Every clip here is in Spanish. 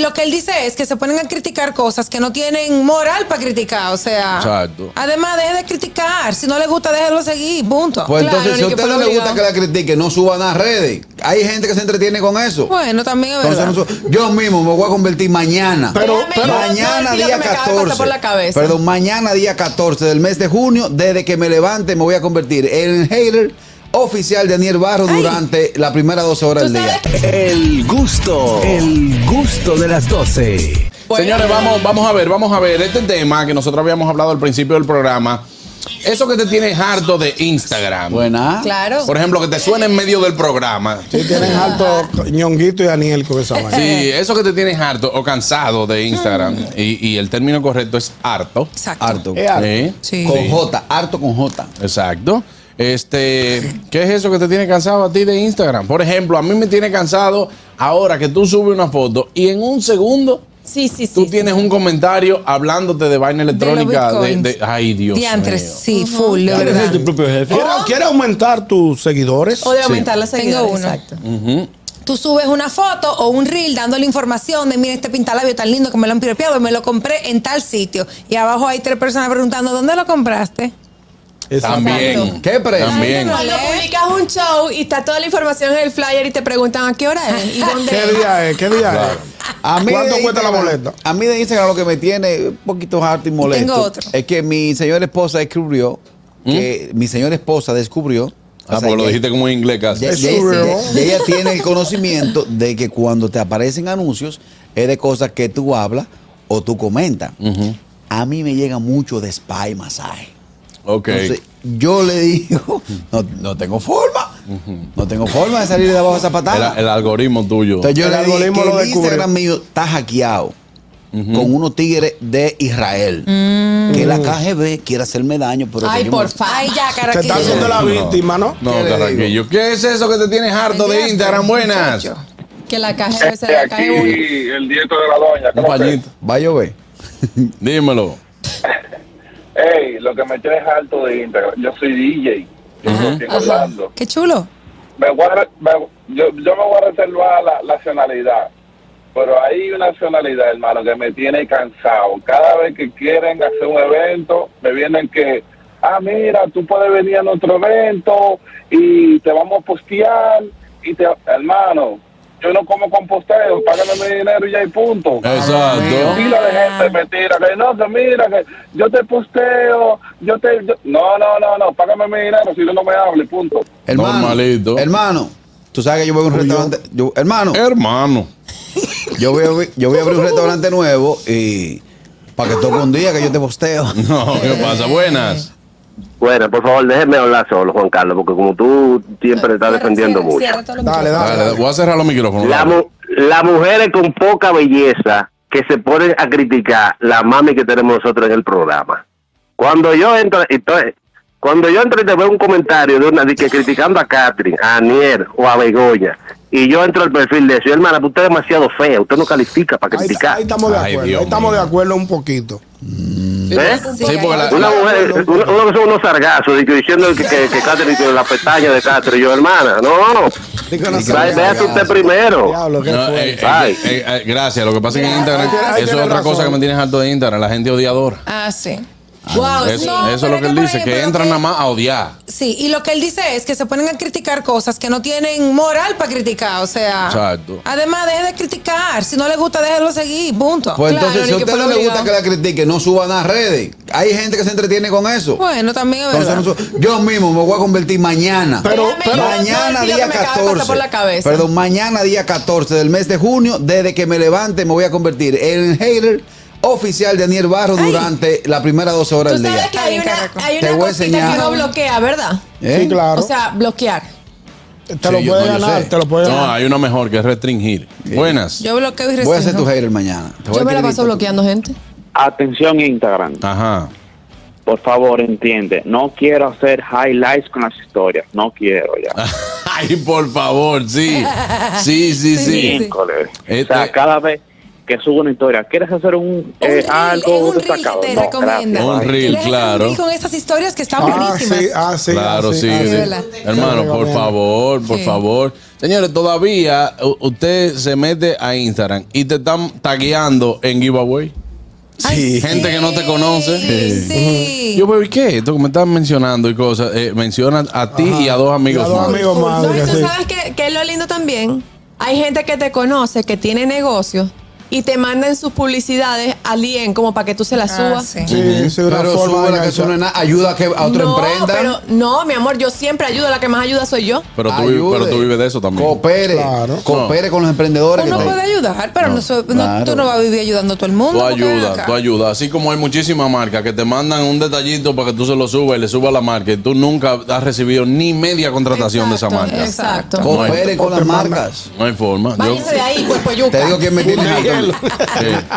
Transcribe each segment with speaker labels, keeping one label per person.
Speaker 1: Lo que él dice es que se ponen a criticar cosas que no tienen moral para criticar, o sea.
Speaker 2: Exacto.
Speaker 1: Además, deje de criticar. Si no le gusta, déjelo seguir, punto.
Speaker 2: Pues
Speaker 3: Ah, Claro,
Speaker 2: entonces, si
Speaker 3: ni
Speaker 2: a
Speaker 3: que
Speaker 2: usted
Speaker 3: fuera
Speaker 2: no le gusta
Speaker 3: obligado.
Speaker 2: que la critique, no suban a redes. Hay gente que se entretiene con eso.
Speaker 3: Pues,
Speaker 1: Bueno, también es
Speaker 2: Entonces,
Speaker 1: verdad.
Speaker 2: no su- yo mismo me voy a convertir mañana.
Speaker 3: Pero-
Speaker 2: Déjame
Speaker 3: pero-
Speaker 2: yo
Speaker 3: no
Speaker 2: mañana
Speaker 3: decir lo
Speaker 2: día
Speaker 3: que me acaba de pasar
Speaker 2: 14.
Speaker 3: por la cabeza.
Speaker 2: Perdón, mañana día 14 del mes de junio, desde que me levante me voy a convertir en hater oficial de Daniel Barro durante la primera 12 horas del
Speaker 1: ¿Tú
Speaker 2: día.
Speaker 4: El gusto, el gusto de las 12.
Speaker 1: Bueno.
Speaker 5: Señores, vamos, vamos a ver, vamos a ver. Este tema que nosotros habíamos hablado al principio del programa, eso que te tiene harto de Instagram.
Speaker 2: Buena.
Speaker 1: Claro.
Speaker 5: Por ejemplo, que te suena en medio del programa.
Speaker 3: Sí, tienen alto ñonguito y Daniel con esa vaina.
Speaker 5: Sí, eso que te tienes harto o cansado de Instagram. Y, y el término correcto es harto.
Speaker 1: Exacto.
Speaker 2: Harto.
Speaker 3: Eh, harto.
Speaker 5: Sí.
Speaker 1: Sí.
Speaker 2: Con J, harto con J.
Speaker 5: Exacto. Este, ¿qué es eso que te tiene cansado a ti de Instagram? Por ejemplo, a mí me tiene cansado ahora que tú subes una foto y en un segundo
Speaker 6: Sí, sí, sí.
Speaker 5: tú
Speaker 6: sí.
Speaker 5: tienes un comentario hablándote de vaina electrónica de,
Speaker 1: bitcoins.
Speaker 5: de- ay Dios
Speaker 1: Diantres,
Speaker 5: mío.
Speaker 1: sí, full, de
Speaker 3: Quieres
Speaker 1: verdad. Oh.
Speaker 3: ser tu propio jefe. Quiere- quiere aumentar tus seguidores?
Speaker 6: O de aumentar las
Speaker 1: Tengo
Speaker 6: seguidores.
Speaker 1: uno.
Speaker 6: Exacto.
Speaker 1: Tú subes una foto o un reel dándole información de, mira, este pintalabio tan lindo que me lo han piropeado y me lo compré en tal sitio. Y abajo hay tres personas preguntando, ¿dónde lo compraste?
Speaker 3: Eso.
Speaker 5: También.
Speaker 2: ¿Qué precio?
Speaker 5: También.
Speaker 6: Cuando publicas un show y está toda la información en el flyer y te preguntan a qué hora es y dónde
Speaker 3: ¿Qué
Speaker 6: es.
Speaker 3: día es? ¿Qué día es?
Speaker 2: A mí
Speaker 3: ¿Cuánto
Speaker 2: de
Speaker 3: cuesta la
Speaker 2: Instagram-
Speaker 3: boleta?
Speaker 2: A mí de Instagram lo que me tiene un poquito harto y molesto
Speaker 1: Tengo otro.
Speaker 2: es que mi señora esposa descubrió que mi señora esposa descubrió
Speaker 5: ¿Mm? Ah,
Speaker 2: o sea,
Speaker 5: porque lo
Speaker 2: que-
Speaker 5: dijiste como en inglés casi.
Speaker 2: Ya,
Speaker 3: Es
Speaker 2: ya-
Speaker 3: surreal.
Speaker 2: ya- ya ella tiene el conocimiento de que cuando te aparecen anuncios es de cosas que tú hablas o tú comentas. A mí me llega mucho de spa y masaje.
Speaker 5: Ok.
Speaker 2: Entonces, yo le digo, no, no tengo forma. No tengo forma de salir de abajo de esa
Speaker 5: El,
Speaker 2: patada.
Speaker 5: el algoritmo tuyo.
Speaker 2: Entonces yo
Speaker 3: El
Speaker 2: le dije
Speaker 3: algoritmo
Speaker 2: que
Speaker 3: lo
Speaker 2: el
Speaker 3: descubrió.
Speaker 2: Instagram mío está hackeado con unos tigres de Israel. Que la KGB quiere hacerme daño, pero
Speaker 6: Mm. Ay,
Speaker 2: señor,
Speaker 6: por favor.
Speaker 1: Ay, ya,
Speaker 3: Te
Speaker 1: caraquillo.
Speaker 3: está haciendo la víctima, ¿no?
Speaker 5: No,
Speaker 2: ¿Qué le
Speaker 5: Carraquillo. ¿Qué es eso que te tienes harto de Instagram? Buenas.
Speaker 1: muchacho.
Speaker 6: Que la caja debe ser
Speaker 7: Este,
Speaker 6: la caja
Speaker 7: aquí
Speaker 6: uno.
Speaker 7: el dieto de la doña.
Speaker 5: Un
Speaker 7: creo que-
Speaker 5: pañito.
Speaker 2: va a llover.
Speaker 5: Dímelo.
Speaker 7: Ey, lo que me tiene es alto de Instagram. Yo soy DJ. Estoy hablando.
Speaker 1: Qué chulo.
Speaker 7: Me voy a re- me- yo, yo me voy a reservar la la nacionalidad. Pero hay una nacionalidad, hermano, que me tiene cansado. Cada vez que quieren hacer un evento, me vienen que, ah, mira, tú puedes venir a nuestro evento y te vamos a postear. Y te, hermano, yo no como con posteo, págame mi dinero y ya y punto.
Speaker 5: Exacto.
Speaker 7: Pila de gente me tira que no, que mira, que yo te posteo, yo te... yo- No, no, no, no, págame mi dinero, si no, no me hable, punto.
Speaker 2: Hermano,
Speaker 5: Normalito. Eh.
Speaker 2: Hermano, tú sabes que yo voy a un restaurante. yo- hermano,
Speaker 5: Hermano.
Speaker 2: yo voy, a, yo voy a abrir un restaurante nuevo y para que toque un día que yo te posteo.
Speaker 5: No, ¿qué pasa? Buenas.
Speaker 8: Bueno, por favor, déjeme hablar solo, Juan Carlos, porque como tú siempre estás defendiendo mucho.
Speaker 3: Dale, dale.
Speaker 5: Dale, voy a cerrar los micrófonos.
Speaker 8: Las
Speaker 5: dale.
Speaker 8: mu- las mujeres con poca belleza que se ponen a criticar la mami que tenemos nosotros en el programa. Cuando yo entro, entonces, cuando yo entro y te veo un comentario de una de que criticando a Catherine, a Aniel o a Begoña, y yo entro al perfil de eso, hermana, pues usted es demasiado fea, usted no califica para
Speaker 3: Ahí,
Speaker 8: criticar.
Speaker 3: ahí estamos de
Speaker 5: Ay,
Speaker 3: acuerdo.
Speaker 5: Dios
Speaker 3: ahí estamos
Speaker 5: mío.
Speaker 3: de acuerdo un poquito.
Speaker 8: ¿Eh?
Speaker 5: Sí, porque la-
Speaker 8: Una
Speaker 5: la-
Speaker 8: mujer, uno uno que son unos sargazos, de que diciendo que, que, que Catherine tiene la pestaña de Catherine, yo hermana, no,
Speaker 3: Digo, no
Speaker 2: Sí,
Speaker 3: sé,
Speaker 2: claro.
Speaker 8: Ve- véase usted primero.
Speaker 3: Diablo, ¿qué
Speaker 5: No,
Speaker 3: fue?
Speaker 5: eh, eh,
Speaker 8: Ay.
Speaker 5: eh, eh, gracias. Lo que pasa es que en Instagram,
Speaker 3: Ahí tiene- ahí
Speaker 5: eso
Speaker 3: tiene
Speaker 5: es otra cosa
Speaker 3: razón.
Speaker 5: que me tienes harto de Instagram, la gente odiadora.
Speaker 1: Ah, sí.
Speaker 6: Wow,
Speaker 5: Eso, eso es
Speaker 6: sí.
Speaker 5: lo
Speaker 1: pero
Speaker 5: que él
Speaker 1: que por
Speaker 5: dice,
Speaker 1: ejemplo,
Speaker 5: que
Speaker 1: lo
Speaker 5: entran
Speaker 1: que-
Speaker 5: nada más a odiar.
Speaker 1: Sí, y lo que él dice es que se ponen a criticar cosas que no tienen moral para criticar, o sea.
Speaker 5: Exacto.
Speaker 1: Además, deje de criticar. Si no le gusta, déjelo seguir, punto.
Speaker 2: Pues
Speaker 6: Claro,
Speaker 2: entonces, si
Speaker 6: ni
Speaker 2: a
Speaker 6: que
Speaker 2: usted
Speaker 6: fuera
Speaker 2: no le gusta
Speaker 6: obligado.
Speaker 2: que la critique, no suban a redes. Hay gente que se entretiene con eso.
Speaker 1: bueno, también es
Speaker 2: Entonces,
Speaker 1: verdad.
Speaker 2: no su- yo mismo me voy a convertir mañana.
Speaker 3: Pero-
Speaker 6: Déjame
Speaker 3: pero-
Speaker 6: yo
Speaker 2: mañana
Speaker 6: decir lo
Speaker 2: día
Speaker 6: que me acaba de pasar
Speaker 2: 14.
Speaker 6: por la cabeza.
Speaker 2: Perdón, mañana día 14 del mes de junio, desde que me levante me voy a convertir en hater oficial de Daniel Barro durante la primera 12 horas
Speaker 6: Tú
Speaker 2: del día.
Speaker 6: sabes que hay una, hay
Speaker 2: Te
Speaker 6: una
Speaker 2: voy a
Speaker 6: cosita
Speaker 2: enseñar.
Speaker 6: que uno bloquea, ¿verdad?
Speaker 2: ¿Eh?
Speaker 3: Sí, claro.
Speaker 6: O sea, bloquear.
Speaker 3: te lo
Speaker 2: sí, yo-
Speaker 3: puede
Speaker 2: no, yo
Speaker 3: ganar,
Speaker 2: sé.
Speaker 3: te lo puede
Speaker 5: No,
Speaker 3: ganar.
Speaker 5: hay una mejor que es restringir. Buenas.
Speaker 1: Yo bloqueo y
Speaker 2: Voy a ser tu
Speaker 1: restringo.
Speaker 2: hater mañana. Te voy
Speaker 6: Yo
Speaker 2: a
Speaker 6: me la
Speaker 2: escribir
Speaker 6: paso
Speaker 2: por-
Speaker 6: bloqueando gente.
Speaker 9: Atención Instagram,
Speaker 5: Ajá.
Speaker 9: por favor entiende, no quiero hacer highlights con las historias, no quiero
Speaker 5: Ah,
Speaker 9: ya.
Speaker 5: Ay, por favor, sí. Sí, sí, sí.
Speaker 9: Híjole.
Speaker 5: Este-
Speaker 9: O sea, cada vez, que subo una historia. ¿Quieres hacer un, eh,
Speaker 1: reel,
Speaker 9: algo
Speaker 1: es un reel
Speaker 9: destacado?
Speaker 1: que te
Speaker 9: No,
Speaker 1: recomienda.
Speaker 9: gracias.
Speaker 5: Un
Speaker 1: Tú
Speaker 5: reel,
Speaker 1: dejas
Speaker 5: claro.
Speaker 1: reel con estas historias que están
Speaker 3: Ah,
Speaker 1: buenísimas.
Speaker 3: sí, ah, sí.
Speaker 5: claro,
Speaker 3: ah,
Speaker 5: sí.
Speaker 3: ah,
Speaker 5: sí.
Speaker 1: ¿verdad?
Speaker 5: Hermano,
Speaker 3: Venga,
Speaker 5: por
Speaker 3: venga.
Speaker 5: favor, por
Speaker 1: Sí.
Speaker 5: favor. Señores, todavía u- usted se mete a Instagram y te están tagueando en giveaway.
Speaker 1: Ay,
Speaker 5: Gente
Speaker 1: sí,
Speaker 5: que no te conoce.
Speaker 1: Sí. sí.
Speaker 5: Yo, pero ¿y qué? Esto que me están mencionando y cosas. eh, mencionan a ti y a dos amigos.
Speaker 3: Y a dos
Speaker 5: más.
Speaker 3: amigos más,
Speaker 6: No, y
Speaker 3: que
Speaker 6: tú
Speaker 3: sí.
Speaker 6: sabes que, que es lo lindo también. Hay gente que te conoce, que tiene negocios y te mandan sus publicidades a alguien como para que tú se las
Speaker 1: Ah,
Speaker 6: subas.
Speaker 1: sí.
Speaker 3: Sí, sí, una
Speaker 2: Pero
Speaker 3: forma
Speaker 2: súbela
Speaker 3: de
Speaker 2: que
Speaker 3: enganchar.
Speaker 2: eso no es nada. Ayuda a que a otro
Speaker 6: no,
Speaker 2: emprenda.
Speaker 6: pero no, mi amor, yo siempre ayudo, la que más ayuda soy yo.
Speaker 5: Pero tú, vives,
Speaker 2: Ayude.
Speaker 5: pero tú vives de eso también.
Speaker 2: Coopere.
Speaker 3: Claro.
Speaker 2: Coopere con los emprendedores.
Speaker 1: Uno
Speaker 2: que
Speaker 1: puede
Speaker 2: te-
Speaker 1: ayudar, pero no, so- no-
Speaker 2: claro.
Speaker 1: tú no vas a vivir ayudando a todo el mundo.
Speaker 5: Tú
Speaker 1: porque ven
Speaker 5: ayudas,
Speaker 1: acá.
Speaker 5: tú ayudas. Así como hay muchísimas marcas que te mandan un detallito para que tú se lo subas y le subas a la marca y tú nunca has recibido ni media contratación de esa
Speaker 1: Exacto,
Speaker 5: marca.
Speaker 1: exacto.
Speaker 5: No hay-
Speaker 2: Coopere con las marcas.
Speaker 5: No hay forma. Yo-
Speaker 6: Váyanse de ahí, pues, cuerpo yuca.
Speaker 2: Te digo quién me tiene harto.
Speaker 5: Sí.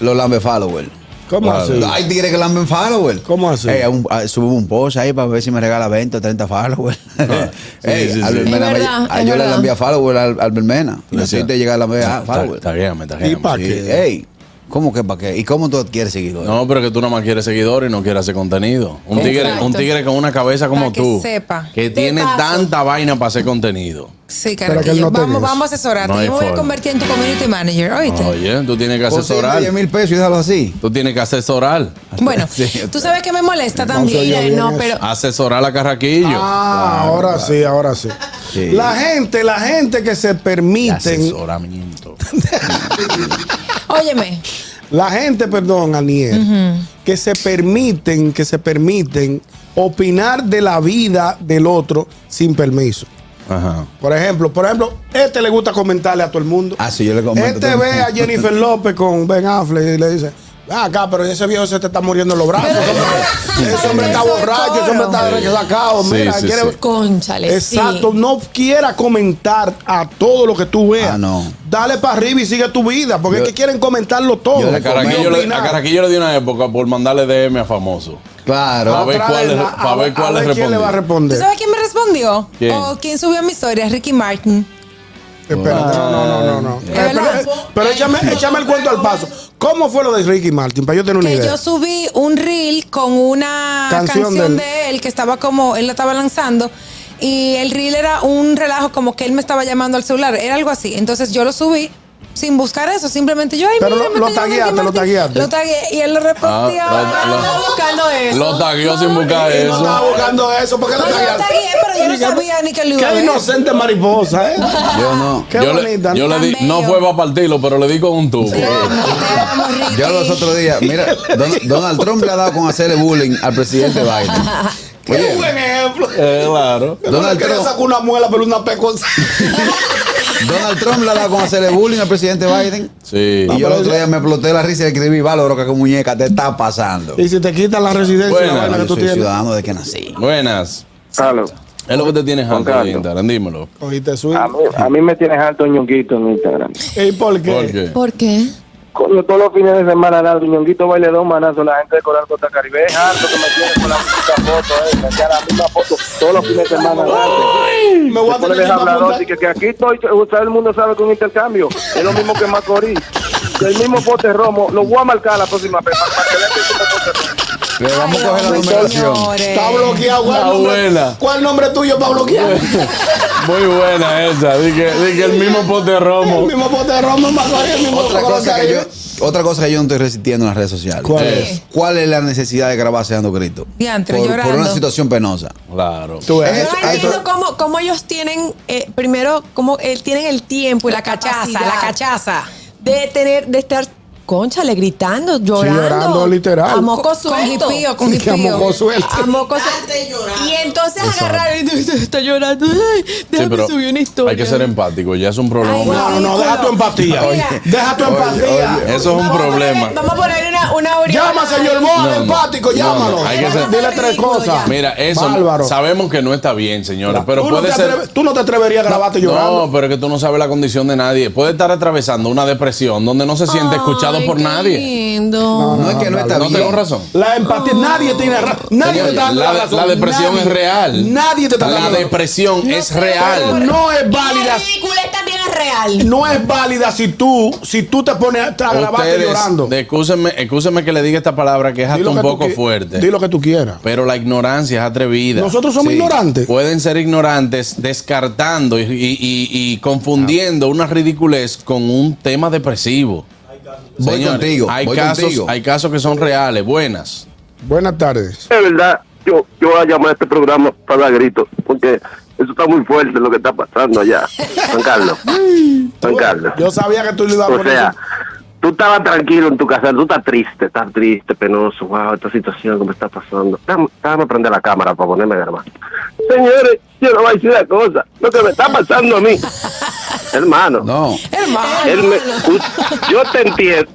Speaker 2: Los lambe followers.
Speaker 3: ¿Cómo
Speaker 5: Claro.
Speaker 3: así?
Speaker 2: Hay tigres que lamben followers.
Speaker 3: ¿Cómo así?
Speaker 2: Ey, a un- a- súbeme un post ahí para ver si me regala 20 o 30 followers.
Speaker 5: Ah, sí,
Speaker 2: Ey,
Speaker 5: sí,
Speaker 2: al
Speaker 5: sí.
Speaker 2: Belmena
Speaker 6: Es
Speaker 2: me-
Speaker 6: verdad,
Speaker 2: a-
Speaker 6: es
Speaker 2: yo le
Speaker 6: verdad.
Speaker 2: lambé a followers al, al Belmena.
Speaker 5: Sí, Ah, sí.
Speaker 2: Necesito llegar a lamber a
Speaker 5: Ta-
Speaker 2: followers.
Speaker 5: taguéame, taguéame,
Speaker 3: ah, ¿Y pa'
Speaker 5: sí.
Speaker 2: Sí, Ey, ¿cómo que para qué? ¿Y cómo tú adquieres seguidores?
Speaker 5: No, pero que tú nada más quieres seguidores y no quieres hacer contenido. Un tigre,
Speaker 1: Exacto.
Speaker 5: un tigre con una cabeza como
Speaker 1: Para que
Speaker 5: tú.
Speaker 1: sepa.
Speaker 5: Que
Speaker 1: De
Speaker 5: tiene
Speaker 1: paso.
Speaker 5: tanta vaina para hacer contenido.
Speaker 1: Sí,
Speaker 3: que él
Speaker 1: carajillo.
Speaker 3: no te
Speaker 1: vamos,
Speaker 3: dice.
Speaker 1: vamos a asesorarte.
Speaker 5: No hay
Speaker 1: yo me voy a
Speaker 5: forma.
Speaker 1: convertir en tu community manager, ¿oíste?
Speaker 5: Oye, tú tienes que
Speaker 2: Consígueme
Speaker 5: asesorar.
Speaker 2: 10 mil pesos y déjalo así.
Speaker 5: Tú tienes que asesorar.
Speaker 1: Bueno,
Speaker 2: Sí.
Speaker 1: tú sabes que me molesta
Speaker 3: se oye
Speaker 1: también.
Speaker 3: bien
Speaker 1: No,
Speaker 3: eso.
Speaker 1: pero
Speaker 5: Asesorar a Carraquillo.
Speaker 3: Ah, ahora sí, ahora sí.
Speaker 2: Sí.
Speaker 3: La gente, la gente que se
Speaker 5: Y
Speaker 3: permiten,
Speaker 5: Asesoramiento.
Speaker 1: óyeme,
Speaker 3: la gente, perdón, Aniel, que se permiten, que se permiten opinar de la vida del otro sin permiso.
Speaker 5: Ajá.
Speaker 3: Por ejemplo, por ejemplo, este le gusta comentarle a todo el mundo.
Speaker 2: Ah, sí, yo le comento a
Speaker 3: Este
Speaker 2: todo el
Speaker 3: ve
Speaker 2: mundo.
Speaker 3: a Jennifer López con Ben Affleck y le dice, "Ven acá, pero ese viejo se te está muriendo en los brazos. Ese hombre, ese hombre está
Speaker 1: Eso es
Speaker 3: borracho, ese hombre está
Speaker 5: coro.
Speaker 3: sacado.
Speaker 5: Sí,
Speaker 3: oh, Mira,
Speaker 5: sí,
Speaker 3: quiere-
Speaker 5: sí.
Speaker 6: Conchale,
Speaker 3: Exacto, no quiera comentar a todo lo que tú veas.
Speaker 2: Ah, no.
Speaker 3: Dale para arriba y sigue tu vida, porque
Speaker 2: Yo-
Speaker 3: es que quieren comentarlo todo.
Speaker 2: yo
Speaker 5: A
Speaker 2: le
Speaker 5: Carraquillo,
Speaker 3: Quieren
Speaker 5: le,
Speaker 3: opinar.
Speaker 5: a Carraquillo le di una época por mandarle DM a famoso.
Speaker 2: Claro.
Speaker 5: A ver
Speaker 3: Atrás
Speaker 5: cuál
Speaker 3: de
Speaker 5: le-
Speaker 3: la-
Speaker 5: pa'
Speaker 3: a
Speaker 5: ver cuál le
Speaker 3: quién le va a
Speaker 1: ¿tú
Speaker 3: responder.
Speaker 1: sabes quién me respondió?
Speaker 5: ¿Quién?
Speaker 1: ¿O quién subió mi historia? Ricky Martin.
Speaker 3: Espérate, no, no, no, no. no. Eh,
Speaker 1: verdad.
Speaker 3: pero eh, pero échame, échame el cuento al paso. ¿Cómo fue lo de Ricky Martin? Para yo tener una
Speaker 1: que
Speaker 3: idea.
Speaker 1: yo subí un reel con una
Speaker 3: Canción
Speaker 1: canción,
Speaker 3: del-
Speaker 1: de él que estaba como, él la estaba lanzando. Y el reel era un relajo, como que él me estaba llamando al celular, era algo así. Entonces yo lo subí sin buscar eso, simplemente yo ahí
Speaker 3: Pero lo- lo tagueaste, lo tagueaste.
Speaker 1: Lo tagué y él lo reposteó.
Speaker 5: Ah, lo- lo-
Speaker 1: Ah,
Speaker 6: Estaba buscando eso.
Speaker 5: Lo tagueó sin buscar
Speaker 3: Y no estaba
Speaker 5: eso.
Speaker 3: buscando eso, porque no
Speaker 1: No, yo
Speaker 3: está
Speaker 1: lo tagué, pero yo no sabía ni que lo iba a
Speaker 3: Qué
Speaker 1: ver.
Speaker 3: inocente mariposa, ¿eh?
Speaker 2: Yo no.
Speaker 3: Qué
Speaker 5: yo le,
Speaker 3: bonita.
Speaker 5: yo
Speaker 3: ¿no?
Speaker 5: le di,
Speaker 1: Tan
Speaker 5: no
Speaker 1: bello.
Speaker 5: fue para partirlo, pero le di con un tubo.
Speaker 1: Te amo, te amo, Ricky.
Speaker 2: Yo los otros días, mira, Don- Donald Trump le ha dado con hacerle bullying al presidente Biden.
Speaker 3: Qué
Speaker 2: Oye,
Speaker 3: buen ejemplo.
Speaker 5: Eh, claro.
Speaker 3: Donald
Speaker 2: Donald
Speaker 3: que le
Speaker 2: Trump,
Speaker 3: sacó una muela, pero una pecosa.
Speaker 2: Donald Trump le ha dado con hacerle bullying al presidente Biden.
Speaker 5: Sí.
Speaker 2: Y yo el otro día me exploté la risa y le escribí, Valoro, que muñeca te está pasando.
Speaker 3: y si te quitan la residencia,
Speaker 5: Buena,
Speaker 3: la vaina
Speaker 2: Yo
Speaker 3: que tú
Speaker 2: soy
Speaker 3: tienes.
Speaker 2: ciudadano de que nací.
Speaker 5: Buenas.
Speaker 9: Claro.
Speaker 5: Es lo que te tienes
Speaker 9: Juan
Speaker 5: harto de
Speaker 9: Carlos.
Speaker 5: Instagram, dímelo.
Speaker 3: Cogiste su.
Speaker 9: A mí, a mí me tienes alto ñonguito en Instagram.
Speaker 3: ¿Y por qué?
Speaker 5: ¿Por qué?
Speaker 6: ¿Por qué?
Speaker 9: Coño, todos los fines de semana, nada, ñonguito baile dos manazos, la gente de Coral Costa Caribe. Es harto que me tienes con la misma foto, eh. Me hacía la misma foto todos los fines de semana, dale.
Speaker 3: Me voy a
Speaker 9: Te pones
Speaker 3: tener que
Speaker 9: hablador,
Speaker 3: apuntar.
Speaker 9: así que, que aquí estoy, o sea, el mundo sabe que un intercambio es lo mismo que Macorís. El mismo pote romo, lo voy a marcar la próxima vez para, para que vean que es un pote romo.
Speaker 2: Le vamos a coger la
Speaker 1: Ay,
Speaker 2: numeración.
Speaker 1: señores.
Speaker 3: Está bloqueado. ¿Cuál,
Speaker 5: Está
Speaker 3: nombre,
Speaker 5: buena.
Speaker 3: ¿Cuál nombre tuyo para bloquear?
Speaker 5: Muy buena esa. Dije, dije el mismo pote de
Speaker 3: el
Speaker 5: romo.
Speaker 3: mismo pote de romo, más corre, el mismo
Speaker 2: Otra
Speaker 3: color
Speaker 2: cosa, que
Speaker 3: hay.
Speaker 2: yo, otra cosa que yo no estoy resistiendo en las redes sociales.
Speaker 3: ¿Cuál
Speaker 5: Eh.
Speaker 3: es?
Speaker 2: ¿Cuál es la necesidad de grabarse dando gritos?
Speaker 1: Diantre,
Speaker 2: por, por
Speaker 1: llorando.
Speaker 2: una situación penosa.
Speaker 5: Claro.
Speaker 3: Tú ves.
Speaker 2: Eso-
Speaker 6: Yo no
Speaker 2: eso-
Speaker 6: entiendo cómo, cómo ellos tienen, eh, primero, cómo eh, tienen el tiempo y la,
Speaker 1: La cachaza,
Speaker 6: capacidad
Speaker 1: la cachaza.
Speaker 6: de tener, de estar, conchale, gritando, llorando.
Speaker 3: llorando, literal.
Speaker 6: A moco
Speaker 1: Con- con
Speaker 6: suelto.
Speaker 1: jipío, con
Speaker 3: Que a moco
Speaker 1: jipío.
Speaker 3: suelto.
Speaker 6: A moco suelto. Y entonces agarrar y está llorando. Ay,
Speaker 5: Sí,
Speaker 6: déjame
Speaker 5: pero
Speaker 6: subir una historia.
Speaker 5: hay que ser empático. Ya es un problema.
Speaker 6: Ay,
Speaker 3: No, no, deja tu empatía.
Speaker 6: Oye.
Speaker 3: Deja tu empatía.
Speaker 5: Eso es un
Speaker 6: Vamos a poner-
Speaker 5: problema.
Speaker 6: Vamos a poner una, una aureola
Speaker 3: Llama, señor
Speaker 6: ahí.
Speaker 3: Moa,
Speaker 5: no.
Speaker 3: empático,
Speaker 5: No, no,
Speaker 3: llámalo.
Speaker 5: hay que ser-
Speaker 3: Dile tres
Speaker 6: Ridículo ya.
Speaker 3: cosas.
Speaker 5: Ah, Mira, eso
Speaker 3: Bárbaro.
Speaker 5: sabemos que no está bien, señores, pero
Speaker 3: tú,
Speaker 5: puede
Speaker 3: no te
Speaker 5: ser
Speaker 3: atreves- tú no te atreverías a grabarte llorando.
Speaker 5: No, pero es que tú no sabes la condición de nadie. Puede estar atravesando una depresión donde no se siente escuchado
Speaker 6: Ay,
Speaker 5: por
Speaker 6: qué
Speaker 5: nadie.
Speaker 6: lindo.
Speaker 2: No, es que no está
Speaker 5: No
Speaker 2: bien.
Speaker 5: tengo razón.
Speaker 3: La empatía, nadie tiene razón. Nadie te está dando
Speaker 5: la,
Speaker 3: razón.
Speaker 5: la depresión
Speaker 3: Nadie.
Speaker 5: es real.
Speaker 3: Nadie te está
Speaker 5: La
Speaker 3: dando razón.
Speaker 5: depresión es
Speaker 6: sé,
Speaker 5: real.
Speaker 3: No es válida.
Speaker 6: Qué ridícula también es
Speaker 1: real.
Speaker 3: No es válida si tú, si tú te pones a a grabarte
Speaker 5: Ustedes,
Speaker 3: llorando.
Speaker 5: de- Excúsenme, excúsenme que le diga esta palabra que es
Speaker 3: Di
Speaker 5: hasta
Speaker 3: lo
Speaker 5: un
Speaker 3: que tú
Speaker 5: poco
Speaker 3: qui-
Speaker 5: fuerte.
Speaker 3: Di lo que tú quieras.
Speaker 5: Pero la ignorancia es atrevida.
Speaker 3: Nosotros somos ignorantes.
Speaker 5: Pueden ser ignorantes descartando y, y- y- y confundiendo una ridiculez con un tema depresivo.
Speaker 2: Voy contigo,
Speaker 5: Hay
Speaker 2: voy
Speaker 5: casos,
Speaker 2: contigo.
Speaker 5: hay casos que son reales, buenas.
Speaker 3: Buenas tardes.
Speaker 8: Es verdad, yo, yo voy a llamar a este programa para dar gritos, porque eso está muy fuerte lo que está pasando allá. Juan Carlos. Juan Carlos.
Speaker 3: Yo sabía que tú le ibas a
Speaker 8: O
Speaker 3: poner.
Speaker 8: sea, tú estabas tranquilo en tu casa, tú estás triste, estás triste, penoso, wow, esta situación que me está pasando. Déjame, déjame prender la cámara para ponerme a grabar. Señores, yo no voy a decir una cosa, lo que me está pasando a mí, hermano.
Speaker 2: No.
Speaker 1: Hermano.
Speaker 8: Él me- u- yo te entiendo.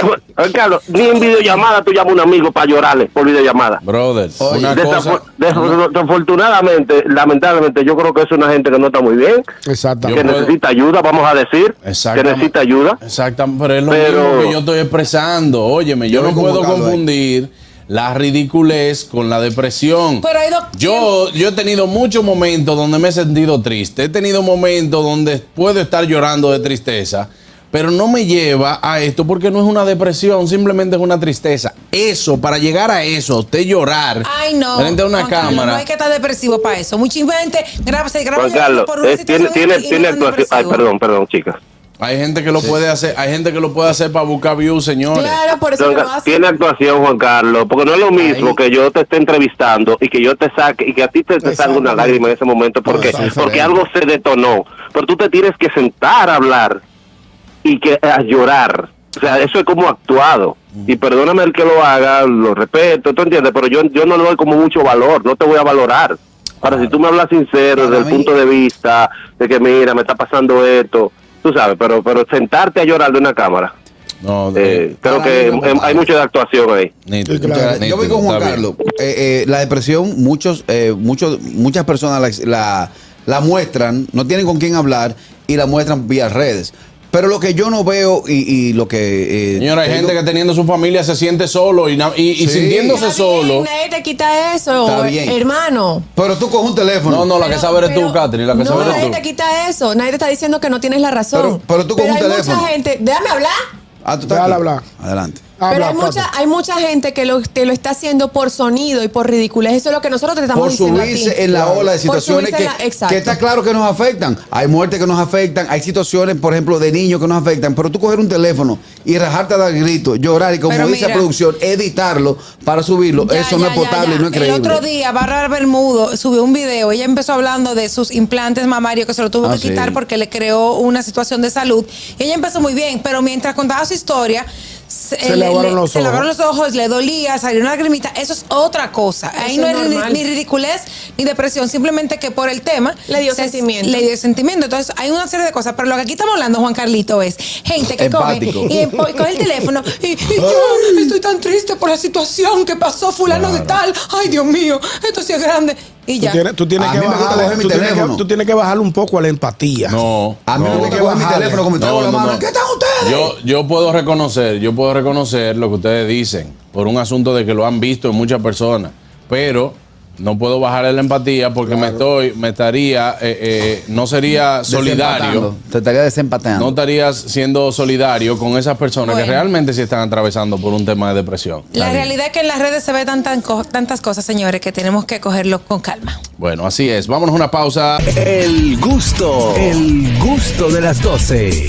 Speaker 8: Juan Carlos, ni en videollamada tú llamas a un amigo para llorarle por videollamada.
Speaker 5: Brothers,
Speaker 2: Oye,
Speaker 5: una cosa.
Speaker 8: Desafo- desaf- Desafortunadamente, lamentablemente, yo creo que es una gente que no está muy bien,
Speaker 5: Yo
Speaker 3: Exactamente.
Speaker 8: que
Speaker 5: puedo-
Speaker 8: necesita ayuda, vamos a decir, que
Speaker 5: Exactamente.
Speaker 8: necesita ayuda.
Speaker 5: Exactamente, pero es lo
Speaker 8: Pero-
Speaker 5: mismo que yo estoy expresando. Óyeme, yo,
Speaker 2: Yo
Speaker 5: no
Speaker 2: voy
Speaker 5: puedo
Speaker 2: convocando ahí.
Speaker 5: confundir la ridiculez con la depresión.
Speaker 1: Pero hay dos-
Speaker 5: yo, yo he tenido muchos momentos donde me he sentido triste. He tenido momentos donde puedo estar llorando de tristeza. Pero no me lleva a esto porque no es una depresión, simplemente es una tristeza. Eso, para llegar a eso, usted llorar
Speaker 1: Ay, no.
Speaker 5: frente a una
Speaker 1: Juan Carlos,
Speaker 5: cámara.
Speaker 1: no hay que estar depresivo para eso. Mucha gente graba, se graba
Speaker 8: Juan Carlos,
Speaker 1: por una
Speaker 8: eh, tiene,
Speaker 1: situación
Speaker 8: tiene,
Speaker 1: y no
Speaker 8: tiene
Speaker 1: es
Speaker 8: actuación. Ay,
Speaker 1: depresivo.
Speaker 8: perdón, perdón, chicas.
Speaker 5: Hay gente que lo puede hacer, hay gente que lo puede hacer para buscar views, señores.
Speaker 6: Claro, por eso
Speaker 8: Juan
Speaker 6: que lo
Speaker 8: Ca-
Speaker 6: hacen.
Speaker 8: Tiene actuación, Juan Carlos, porque no es lo mismo que yo te esté entrevistando y que yo te saque y que a ti te, te salga una
Speaker 3: Exactamente.
Speaker 8: lágrima en ese momento porque,
Speaker 2: Exactamente.
Speaker 8: porque algo se detonó. Pero tú te tienes que sentar a hablar y que a llorar. O sea, eso es como actuado.
Speaker 2: Mm.
Speaker 8: Y perdóname el que lo haga, lo respeto, ¿tú entiendes? Pero yo, yo no le doy como mucho valor, no te voy a valorar. Ahora, si tú me hablas sincero,
Speaker 2: Para
Speaker 8: desde el
Speaker 2: mí-
Speaker 8: punto de vista de que mira, me está pasando esto, tú sabes, pero, pero sentarte a llorar de una cámara.
Speaker 5: No,
Speaker 8: Eh,
Speaker 5: de-
Speaker 8: creo
Speaker 2: para
Speaker 8: que
Speaker 2: mí no me
Speaker 8: em-
Speaker 2: parece.
Speaker 8: hay mucha de actuación ahí.
Speaker 5: nítido,
Speaker 3: claro.
Speaker 2: Muchas gracias. Yo voy
Speaker 5: nítido,
Speaker 2: con Juan
Speaker 5: está bien.
Speaker 2: Carlos. Eh, eh, la depresión, muchos, eh, muchos, muchas personas la, la- la muestran, no tienen con quién hablar y la muestran vía redes. Pero lo que yo no veo y, y lo que... eh,
Speaker 5: Señora, hay
Speaker 2: te
Speaker 5: gente
Speaker 2: digo-
Speaker 5: que teniendo su familia se siente solo y, na- y-
Speaker 2: Sí.
Speaker 5: y sintiéndose
Speaker 6: Está bien,
Speaker 5: solo.
Speaker 6: Nadie te quita eso, eh,
Speaker 2: Está bien.
Speaker 6: hermano.
Speaker 2: Pero tú coges un teléfono.
Speaker 5: No, no, la que
Speaker 6: Pero-
Speaker 5: sabe eres tú,
Speaker 6: pero-
Speaker 5: Catri, la que
Speaker 6: no,
Speaker 5: sabe
Speaker 6: nadie te
Speaker 5: eres tú.
Speaker 6: quita eso. Nadie te está diciendo que no tienes la razón.
Speaker 2: Pero- pero tú con un
Speaker 6: hay
Speaker 2: teléfono.
Speaker 6: mucha gente. Déjame hablar.
Speaker 2: Ah, tú estás
Speaker 3: Déjala
Speaker 2: aquí.
Speaker 3: hablar.
Speaker 2: Adelante.
Speaker 6: pero
Speaker 3: Habla,
Speaker 6: hay mucha,
Speaker 3: Pato.
Speaker 6: hay mucha gente que lo, que lo está haciendo por sonido y por ridiculez. Eso es lo que nosotros te estamos
Speaker 2: Por
Speaker 6: diciendo. a ti.
Speaker 2: subirse en la ola de
Speaker 6: Por
Speaker 2: situaciones
Speaker 6: subirse
Speaker 2: que,
Speaker 6: en la- exacto.
Speaker 2: que está claro que nos afectan. Hay muertes que nos afectan, hay situaciones, por ejemplo, de niños que nos afectan. Pero tú coger un teléfono y rajarte a dar gritos, llorar y como
Speaker 1: Pero
Speaker 2: dice la
Speaker 1: mira.
Speaker 2: producción, editarlo para subirlo,
Speaker 1: Ya,
Speaker 2: eso no
Speaker 1: ya,
Speaker 2: es
Speaker 1: ya,
Speaker 2: potable
Speaker 1: ya.
Speaker 2: y no es creíble.
Speaker 1: El otro día, Bárbara Bermudo subió un video. Ella empezó hablando de sus implantes mamarios que se lo tuvo
Speaker 2: Ah,
Speaker 1: que quitar
Speaker 2: sí.
Speaker 1: porque le creó una situación de salud. Y ella empezó muy bien, pero mientras contaba su historia. Se,
Speaker 3: le aguaron los
Speaker 1: se le
Speaker 3: ojos.
Speaker 1: aguaron los ojos, le dolía, salió una lagrimita. Eso es otra cosa. Ahí
Speaker 6: Eso
Speaker 1: no
Speaker 6: es
Speaker 1: es ni,
Speaker 6: normal.
Speaker 1: ni ridiculez ni depresión, simplemente que por el tema.
Speaker 6: Le dio sentimiento.
Speaker 1: Le dio sentimiento. Entonces, hay una serie de cosas. Pero lo que aquí estamos hablando, Juan Carlito, es gente que come
Speaker 2: Empático.
Speaker 1: y em- coge el teléfono y, y yo estoy tan triste por la situación que pasó fulano de tal. Ay, Dios mío, esto sí es grande. Y
Speaker 3: Tú
Speaker 1: ya.
Speaker 3: tienes, tú tienes
Speaker 2: A
Speaker 3: que
Speaker 2: mí me gusta coger
Speaker 3: bajarle,
Speaker 2: mi
Speaker 3: tú tienes que,
Speaker 2: teléfono.
Speaker 3: tú tienes que bajarle un poco a la empatía.
Speaker 5: No.
Speaker 2: A mí
Speaker 5: no.
Speaker 2: me gusta coger mi
Speaker 3: Bájale.
Speaker 2: teléfono como
Speaker 5: No,
Speaker 2: trago la
Speaker 5: no,
Speaker 2: mano.
Speaker 5: no.
Speaker 2: ¿Qué están ustedes?
Speaker 5: Yo, yo puedo reconocer, yo puedo reconocer lo que ustedes dicen por un asunto de que lo han visto en muchas personas, pero no puedo bajar la empatía porque me estoy, me estaría, eh, eh, no sería solidario.
Speaker 2: Desempatando. Te estaría
Speaker 5: No
Speaker 2: desempatando.
Speaker 5: estarías siendo solidario con esas personas que
Speaker 1: Bueno.
Speaker 5: realmente sí están atravesando por un tema de depresión.
Speaker 1: La
Speaker 5: Está bien.
Speaker 1: realidad es que en las redes se ven tantas, co- tantas cosas, señores, que tenemos que cogerlo con calma.
Speaker 5: Bueno, así es. Vámonos a una pausa.
Speaker 4: El gusto, el gusto de las 12.